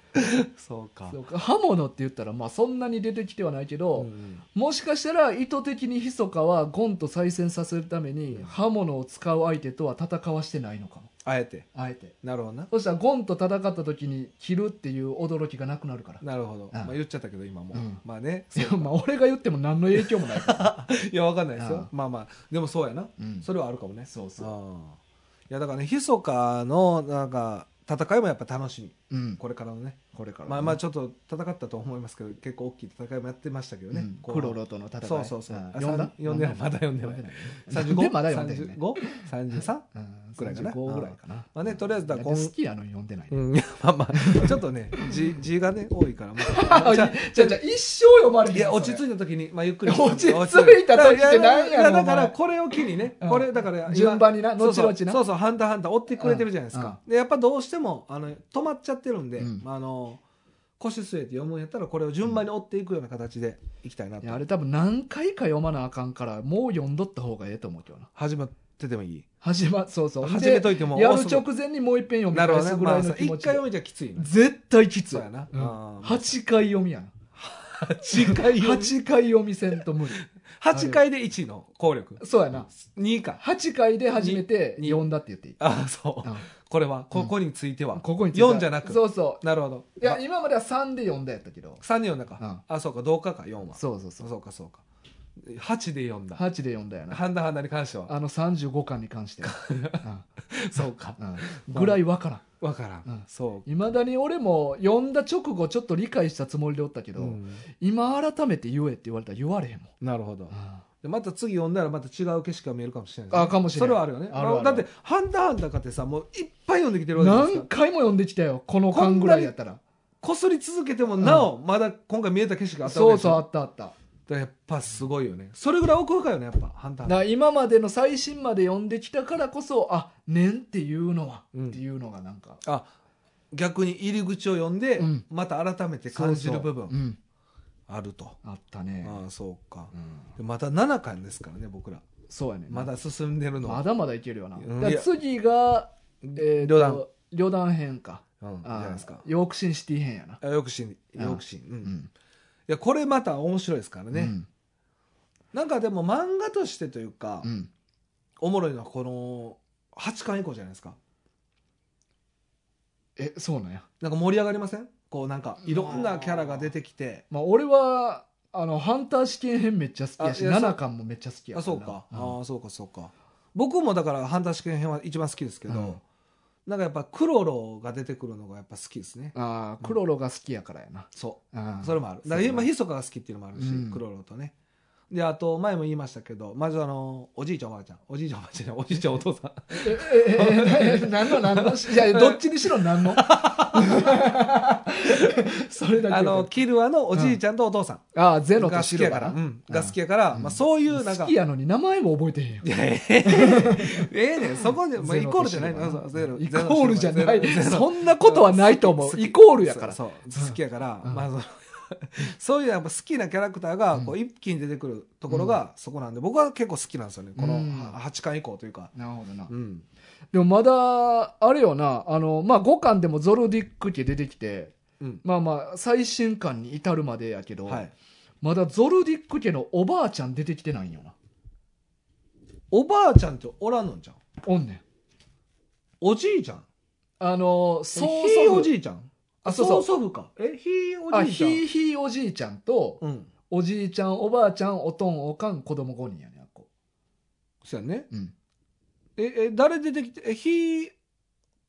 そうか
そうか刃物って言ったらまあそんなに出てきてはないけど、
うん
もしかしたら意図的にヒソカはゴンと再戦させるために刃物を使う相手とは戦わしてないのかも
あえて
あえて
なるほどな
そしたらゴンと戦った時に切るっていう驚きがなくなるから
なるほど、まあ、言っちゃったけど今も、
うん
まあね
いやまあ俺が言っても何の影響もないから、
いやわかんないですよ
ああ
まあまあでもそうやな、
うん
それはあるかもね
そうそう
ああいやだからね密かのなんか戦いもやっぱ楽しみ
うん、
これからのね
これからね、
まあまあちょっと戦ったと思いますけど結構大きい戦いもやってましたけど
う
ね、
ん
こう
クロロとの戦い
そうそうそう
あ
あ
呼んだ
さん呼んでないまだ呼んで
呼
なんい
でない
35
でまだ呼んでないね
35?33?
うん
ぐらいかな
35ぐらいかな
まあねとりあえずだ
だ
から
好
今
きやのに呼んでないね、
うん、いやまあまあちょっとね字字がね多いから、ま
じ
あ じ
ゃあ
ゃ
じゃあじゃあ一生呼ばれ
あ
へん
いや落ち着いた時に、まあ、ゆっくり
落ち着いた時ってなんやろ
いいだ
お前
からこれを機にね、
うん
これだから今
順番にな
そうそう
後々な
そうそう「ハンターハンター」追ってくれてるじゃないです
うん
か、でやっぱどうしてもあの止まっちゃってるんで、
うん
まあ、あの腰据えて読むんやったらこれを順番に追っていくような形でいきたいなと、
いやあれ多分何回か読まなあかんからもう読んどった方がええと思うけどな
始まっててもいい
始まそうそう
始め
で
といても
や
お
る
す
直前にもう一遍読み
なる
返
ほど
す
ね、
ぐ
ま
ら
あ、
い
そ
の
う
気
一
持
回
ちで
読みじゃきついな
絶対きつい
そうやな、
うん
あー
8回読みやな
8回読み
8回読みせんと無理
8回で1の効力
そうやな
2か
8回で初めて
に
読んだって言っていい
ああそう
う
これはここについては、
んここについては
4じゃなく
そうそ
なるほど
ういや今までは3で読んだやったけど
3で読んだか、あそうか同化か4は
そうそうそ
そう
う
そうかそうか8で読んだ
8で読んだよな
ハンダハンダに関しては
あの35巻に 関しては
そうか
うんうんぐらいわからん
わからん、
うん
そ
いまだに俺も読んだ直後ちょっと理解したつもりでおったけ
う、
ど、
うん
今改めて言えって言われたら言われへんもん、
なるほどでまた次読んだらまた違う景色が見えるかもしれないですね、
あかもしれない
それはあるよね
あるある
だって「ハンターハンター」かってさもういっぱい読んできてるわけですか
何
ら
回も読んできたよこの間ぐらいやったら
こすり続けてもなおまだ今回見えた景色があった
そ
わけ
う
でしょ
そうあったあった
だからやっぱすごいよねそれぐらい奥深いよねやっぱ「ハンター
だ
ハ
から
ンター
今までの最新まで読んできたからこそあ年っていうのは、
うん
っていうのがなんか」
あ逆に入り口を読んで、
うん
また改めて感じる部
そうそう
分
うん
あると
あったね、
ああそうか
うん
でまた7巻ですからね僕ら
そうやね
まだ進んでるの
ま
は
だまだいけるよな、
うん
だから次が、えーと
旅団、
旅団編か
うん、じ
あー
ゃないですか
ヨークシンシティ編やな、
あよくしん
あ
よくしん、うん
う
いやこれまた面白いですからね、
うん
なんかでも漫画としてというか、
うん
おもろいのはこの8巻以降じゃないですか
えそうなんや
なんか盛り上がりませんこうなんかいろんなキャラが出てきて
まあ俺はあのハンター試験編めっちゃ好きやし
あいやそう
7巻もめっちゃ好きや
あ
ら
そう
な
か、
うん
ああそうかそうか僕もだから「ハンター試験編」は一番好きですけど、
うん
なんかやっぱクロロが出てくるのがやっぱ好きですね
あークロロが好きやからやな、
そ
あ
う
ー
それもあるだから今ひそかが好きっていうのもあるし、
うん
クロロとねであと前も言いましたけどまずあのおじいちゃんおばあちゃんおじいちゃんおばあちゃんじゃないおじいちゃんお父さん
ええええ何の何 のいやどっちにしろ何の それだけ
あ
やから
のキルアのおじいちゃんとお父さん
ああゼロと
が好
シ
き
ル
や
バ
か
ーな
ら、うんが好きやから、まあ、そういうなん
好
か
きやのに名前も覚えてへんよ
いやええええねんそ こで、まあ、
ゼ
イ
ロ
コール
と
じ
シ
ゃ
ル
な
バーな
いのそうゼロ
イコールじゃない
ゼロゼ ロ
そんなことはないと思
好
う
き
イコールやから
そうそう好きやから、
うん
まあ、その そういうやっぱ好きなキャラクターがこう一気に出てくるところがそこなんで、僕は結構好きなんですよねこ
う
の
ん
8巻以降というか、
なるほどな
うん
でもまだあれよなあのまあ5巻でもゾルディック家出てきて
うん
まあまあ最新巻に至るまでやけど、
はい、
まだゾルディック家のおばあちゃん出てきてないんよな
おばあちゃんっておらんのんじゃん
おんねん
おじいちゃん
あの
ひ
曽祖
い
父
おじいちゃん
あそうそう
曽祖父かえひいお
あ
じいちゃ
ひい
ん
ひいおじいちゃんと、
うん
おじいちゃんおばあちゃんおとんおかん子供5人やねんあっこ
そうやね
うん
ええ誰出てきてえひい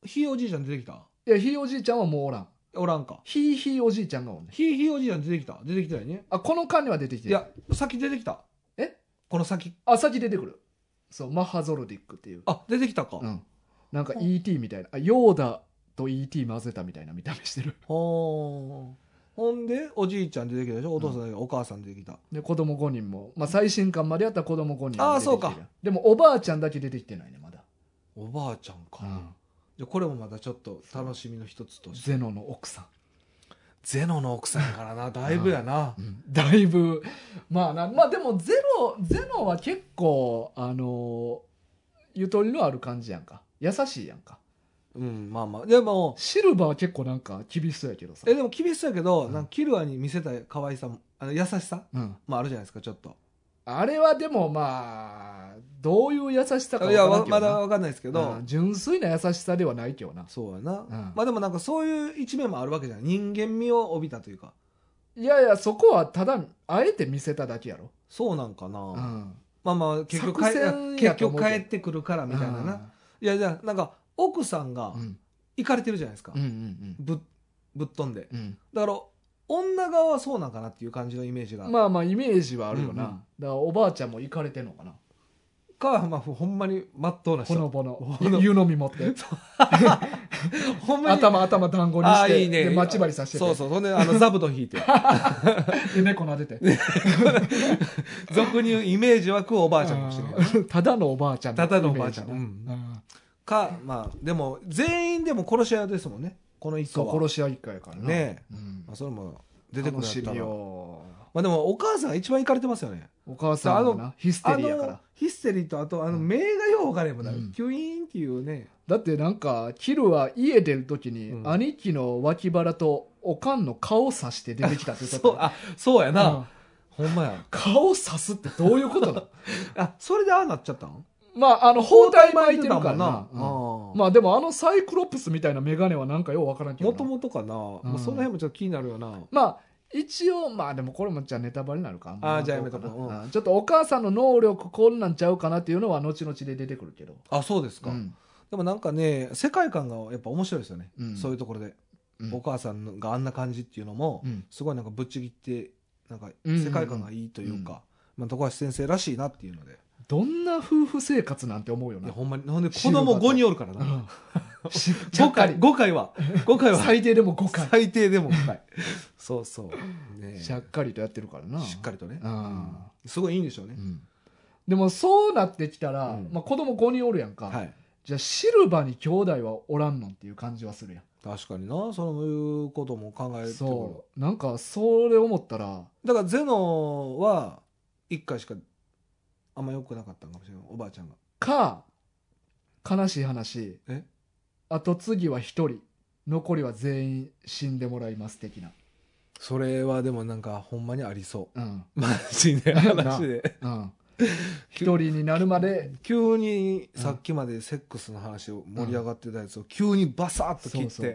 ひいおじいちゃん出てきた
いやひいおじいちゃんはもうおらん
おらんか
ひいひいおじいちゃんがおんねん
ひいひいおじいちゃん出てきた出てきてないね
あこの巻には出てきて
い
る
や先出てきた
え
この先
あ先出てくるそうマッハゾルディックっていう
あ出てきたか、
うん、なんか ET みたいなあヨーダと ET 混ぜたみたいな見た目してる
ほーほんでおじいちゃん出てきたでしょお父さん出てきた、お母さん出てきた
で子供5人も、まあ、最新刊までやったら子供5人も出てきてる
あーそうか
でもおばあちゃんだけ出てきてないねまだ、
おばあちゃんか、
うん
じゃあこれもまたちょっと楽しみの一つとして
ゼノの奥さ
ゼノの奥さんやからなだいぶやな、
ん、だいぶまあなまあでもゼロゼノは結構あのーゆとりのある感じやんか優しいやんか
うんまあまあでも
シルバーは結構なんか厳しそうやけどさ
えでも厳しそうやけど、
うん
なんかキルアに見せた可愛さもあの優しさ
うん、
まああるじゃないですかちょっと
あれはでもまあどういう優しさかわ
い
か
や
らん
わ
けど
ま
な
だ分かんないですけど、
うん純粋な優しさではないけどな
そうやな、
ん
まあでもなんかそういう一面もあるわけじゃない人間味を帯びたというか
いやいやそこはただあえて見せただけやろ、
そうなんかな、
うん、
まあまあ結局
作
帰
戦や
結
と思う
局
け
帰
ど
ってくるからみたいなな、いやじゃあなんか奥さんが
うんうん
行かれてるじゃないですか、
うんうん
ぶっぶっ飛んで
うん
だから女側はそうなんかなっていう感じのイメージが、
まあまあイメージはあるよな、
うん
だ
うん
からおばあちゃんも行かれてんのかな
かまあほんまにまっとうな
ほ
人
のぼの
ほの
湯飲み持 って
ほんまに
頭頭団子に
あ
し
あ
て
いいね
で待ち針させて
そうそうほんであの座布団引 いて
で猫撫でて
俗に言うイメージ湧くおばあちゃんかもしれない
うんただのおばあちゃん
ただのおばあちゃん
イメージな
かまあでも全員でも殺し屋ですもんねこの一
そ
家
う
は
殺し合いかやからな
ね
うん
まあ、それも出てくるん
楽
やっ
した
ら
みよ
まあ、でもお母さんが一番行かれてますよね
うお母さんは
あ
なヒステ
あ
リーやから
のヒステリーとあとあの
うん
目がよう分かれへんもんな、
うん
キュイーンっていうね
だってなんかキルは家出る時に、
うん
兄貴の脇腹とおかんの顔さして出てきたって言っと
そう
った
あそうやな、
うん
ほんまや
顔さすってどういうこと だ
あそれでああなっちゃったん
まああの包帯巻いてるからな
包帯巻いてたもんな
う
あ
んまあでもあのサイクロプスみたいな眼鏡はなんかようわからんけど
も
な
ともとかな、ま
う
あ、
ん
その辺もちょっと気になるよな
まあ一応まあでもこれもじゃあネタバレになるかんま
あーじゃあやめとこう
どうかな
う
うんちょっとお母さんの能力こんなんちゃうかなっていうのは後々で出てくるけど、
あそうですか、
うん
でもなんかね世界観がやっぱ面白いですよね、
うん
そういうところで、
うん
お母さんがあんな感じっていうのも、
うん
すごいなんかぶっちぎってなんか
うん
世界観がいいというか、まあ、徳橋先生らしいなっていうので
どんな夫婦生活なんて思うよ
い
な
やほんまにほんで子供5人おるからな
うんしちゃ
5
っか
回
り
5回 は5回は
最低でも5回
最低でも5回そうそう、ねえ、
しゃっかりとやってるからな
しっかりとね、
うん
すごいいいんでしょうね
う、んでもそうなってきたら、
うん
まあ、子供5人おるやんか、
はい
じゃあシルバーに兄弟はおらんのんっていう感じはするやん
確かになそういうことも考えてくる
そうなんかそれ思ったら
だからゼノは1回しかあんま良くなかったんかもしれないおばあちゃんが
か悲しい話
え
後継ぎは1人残りは全員死んでもらいます的な
それはでもなんかほんまにありそ
うん
うマジ で話で
うん一人になるまで
急にさっきまでセックスの話を盛り上がってたやつを急にバサッと切って、
そうそう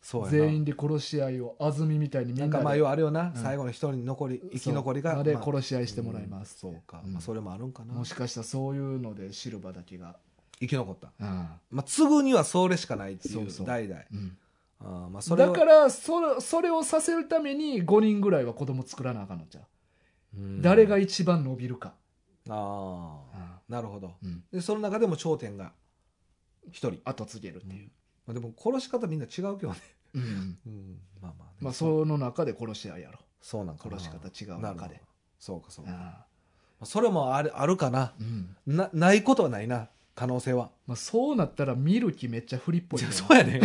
そうやな
全員で殺し合いを安住みたいにみん
な
なんで
かまあ要はあれよな、
うん
最後の一人に残り生き残りが
そうまで
まあ
殺し合いしてもらいます
うんそうか、
うん
まあ、それもあるんかな
もしかしたらそういうのでシルバーだけが、
生き残った、
うん
まあ、継ぐにはそれしかないってい
そううそう
代々あーまあそれ
だ
を
からそれそれをさせるために5人ぐらいは子供作らなあかんのじゃう、
うん
誰が一番伸びるか、
ああなるほど
うん
でその中でも頂点が一人、
後継げるっていう、
まあ、でも殺し方みんな違うけどね、
うん
うん、まあまあ、ね
まあその中で殺し合いやろ
そうなんかな
殺し方違う
なる
中
ほど
で
そうかそう
う
か、ま
ん
あ、それもあるあるかな
うん
なないことはないな可能性は
まあ、そうなったらミルキめっちゃフリっぽい
い
よ
や そうやね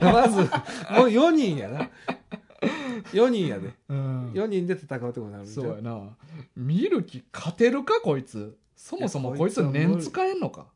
まずもう4人やな4人やで
うん
4人で戦うってことになるんじゃ
そ
ん
うやなミルキ勝てるかこいつそもそも
いや
こいつ
こいつは無
年
理
使えんのか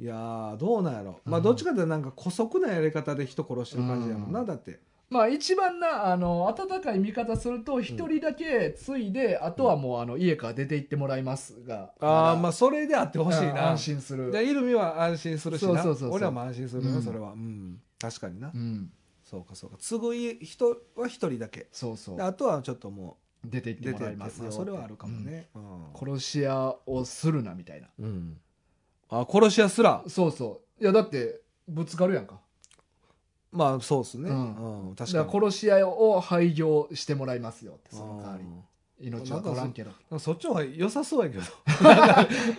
いやーどうなんやろ、ま
う
あ
ん
どっちかっていうとなんか姑息なやり方で人殺してる感じやもんな、
う
だって
まあ一番なあの温かい味方すると一人だけ継いで、あとはもうあの家から出て行ってもらいますが
ああ
なら
まあそれであってほしい
うん
な
安心する
でイルミは安心するしな
そうそうそうそう
俺らも安心するな、
うん
それはうん確かにな、
うん
そうかそうか継ぐ人は一人だけ
そうそ
で
う
あとはちょっとも
出て
う
行って
出
も
て
ら
る
いますよ
それはあるかもね、うん
うん殺し屋をするなみたいな
うんあ殺し屋すら
そうそういやだってぶつかるやんか
まあそうですね、う
うん
確か
だ
に
から殺し屋を廃業してもらいますよってその代わり
うん
命は取らんけど
なんかそっちの方が良さそうや けど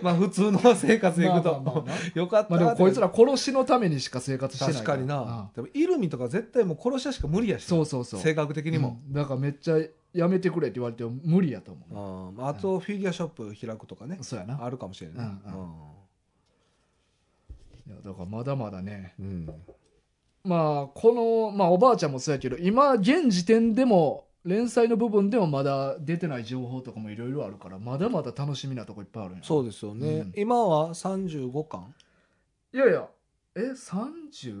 まあ普通の生活でいくと、
まあまあまあ
よかった
まあ
な
でもこいつら殺しのためにしか生活してない
確かにな、
うん
でもイルミとか絶対もう殺し屋しか無理やしな
そうそうそう
性格的にも、
うんだからめっちゃやめてくれって言われても無理やと思
う
う、
んあとフィギュアショップ開くとかね、
そうやな
あるかもしれない、
うんいやだからまだまだね
うん
まあこの、まあ、おばあちゃんもそうやけど今現時点でも連載の部分でもまだ出てない情報とかもいろいろあるからまだまだ楽しみなとこいっぱいあるんや
そうですよね、
うん
今は35巻
いやいやえ 39?38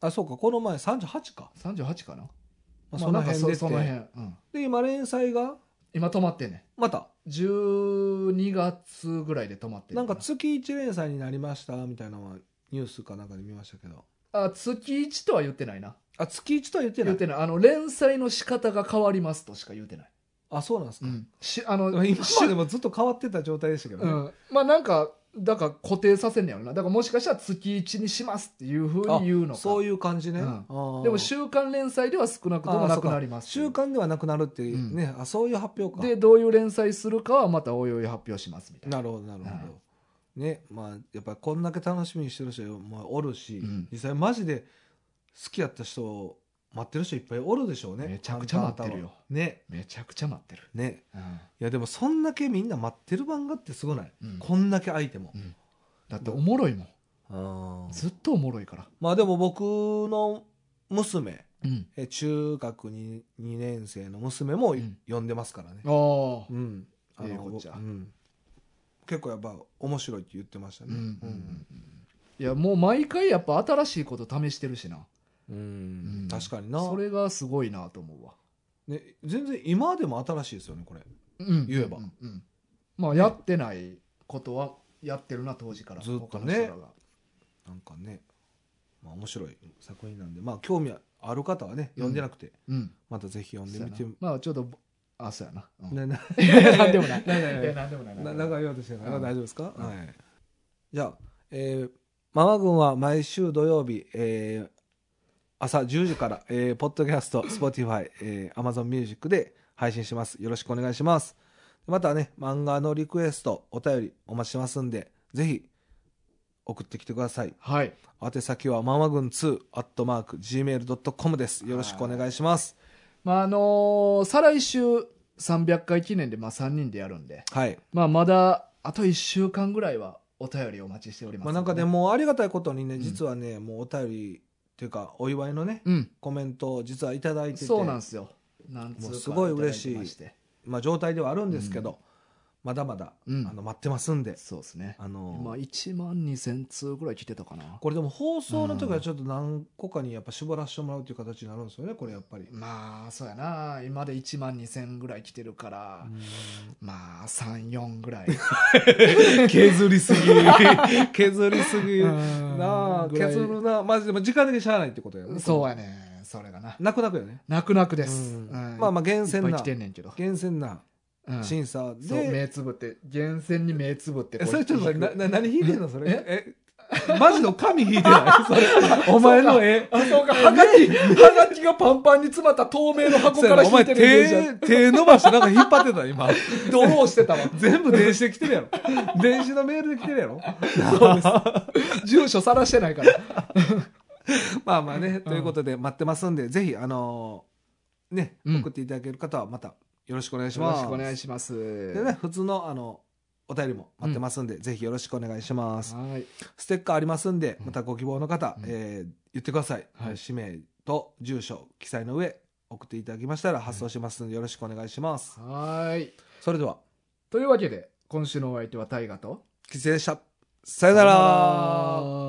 あそうかこの前38か、
かな、
まあ、
ま
そ
あ、
の
なんか
辺
そ
出て、
その辺、うん、
で今連載が
今止まってんね
また
12月ぐらいで止まって
なんか
つ
月1連載になりましたみたいなのはニュースかなんかで見ましたけど
あ月1とは言ってないな
あ月1とは言ってな
言っ
い
てないあの連載の仕方が変わりますとしか言ってない、
あそうなんですか、
しあの
今までもずっと変わってた状態でしたけど
う
ね、
ん、まあなんかだから固定させんねやろなだからもしかしたら月1にしますっていうふうに言うのか
そういう感じね、
うん
あー
でも週刊連載では少なくともなくなります
習慣ではなくなるっていうね、あそういう発表か
でどういう連載するかはまたおいおい発表しますみたいな
なるほどなるほど、ねまあやっぱりこんだけ楽しみにしてる人もおるし、
うん
実際マジで好きやった人を待ってる人いっぱいおるでしょうね
めちゃくちゃ待ってるよ
ね
めちゃくちゃ待ってる、
ね
うん
いやでもそんだけみんな待ってる漫画ってすごない、
うん
こんだけ相手も、
だっておもろいもん
あー
ずっとおもろいから、
まあでも僕の娘
うん、
え中学に2年生の娘も
うん
読んでますからね、
ああ
うん、あ
ええ
の
こっちゃ
うん結構やっぱ面白いって言ってましたね
うんうんうんいやもう毎回やっぱ新しいこと試してるしな
うん
うん
確かにな
それがすごいなと思うわ
ね、全然今でも新しいですよねこれ
うん
言えば
うんうんまあやってないことはやってるな当時から
ずっ
他
とね
の人らが
なんかね、まあ、面白い作品なんでまあ興味ある方はね
うん
読んでなくて、
うん
またぜひ読んでみて
そうやなまあちょっとあそうやな、うん
なな
なんでも ない
なな
えなんでもない
ななんか言おうとしてる
うん
大丈夫ですか、
うん
はい、じゃあ、えーママ軍は毎週土曜日、えー朝10時から、えーポッドキャスト、スポティファイ、えー、アマゾンミュージックで配信します。よろしくお願いします。またね、漫画のリクエスト、お便りお待ちしてますんで、ぜひ、送ってきてください。
はい。
宛先は、まんまぐん2、アットマーク、gmail.com です。よろしくお願いします。
まあ、あのー再来週300回記念で、まあ、3人でやるんで、
はい。
まあ、まだ、あと1週間ぐらいは、お便りお待ちしております、
まあ、なんかで
も、
も、ありがたいことにね、
ん
実はね、もうお便り、っていうか、お祝いのね、
うん。
コメントを実はいただいてて、
そうなんですよ。なんつうか
もうすごい嬉しい
ただてまて
まあ、状態ではあるんですけど、まだまだ、
うん
あの待ってますんで、
そうですね。
あの
まあ、1万2000通ぐらい来てたかな。
これでも放送の時はちょっと何個かにやっぱ絞らせてもらうという形になるんですよねこれやっぱり、
まあ、そうやな。今で1万2000ぐらい来てるから、まあ、3、4ぐら い。
削りすぎ削りすぎな
な
あ削るなまあでも時間的にしゃあないってことやね
そうやね。それがな。
泣く泣くよね
泣く泣くです。
うん
うん
まあまあ厳
いっ
選
ぱい
な
来てんねんけど。
厳選な
うん
審査
そう、
で、
目つぶって、厳選に目つぶってこ
え
う。
それちょっと待ってなな何引いてんのそれえ
マジの紙引いてない それ。
お前の絵
あ、そうか、はがき、はがきがパンパンに詰まった透明の箱
そ
か
うや
ら
なお
引
前
いてるイメージある
手手伸ばしてなんか引っ張ってた 今
ドローしてたわ。
全部電子で来てるやろ電子のメールで来てるやろ
そうです。 住所晒してないから。
まあまあね、ということで待ってますんで、ぜひ、あのーね、
うん
送っていただける方はまたよろしくお願いし
よろ
ます。
しくお願いします。
でね、普通の、あの、お便りも待ってますんで、ぜひよろしくお願いします。
はい。
ステッカーありますんで、またご希望の方、
うん
えー言ってください,、
はい
氏名と住所、記載の上、送っていただきましたら発送しますので、よろしくお願いします。
はい。
それでは、
というわけで、今週のお相手は大河と、
キツでした。さよなら
さよなら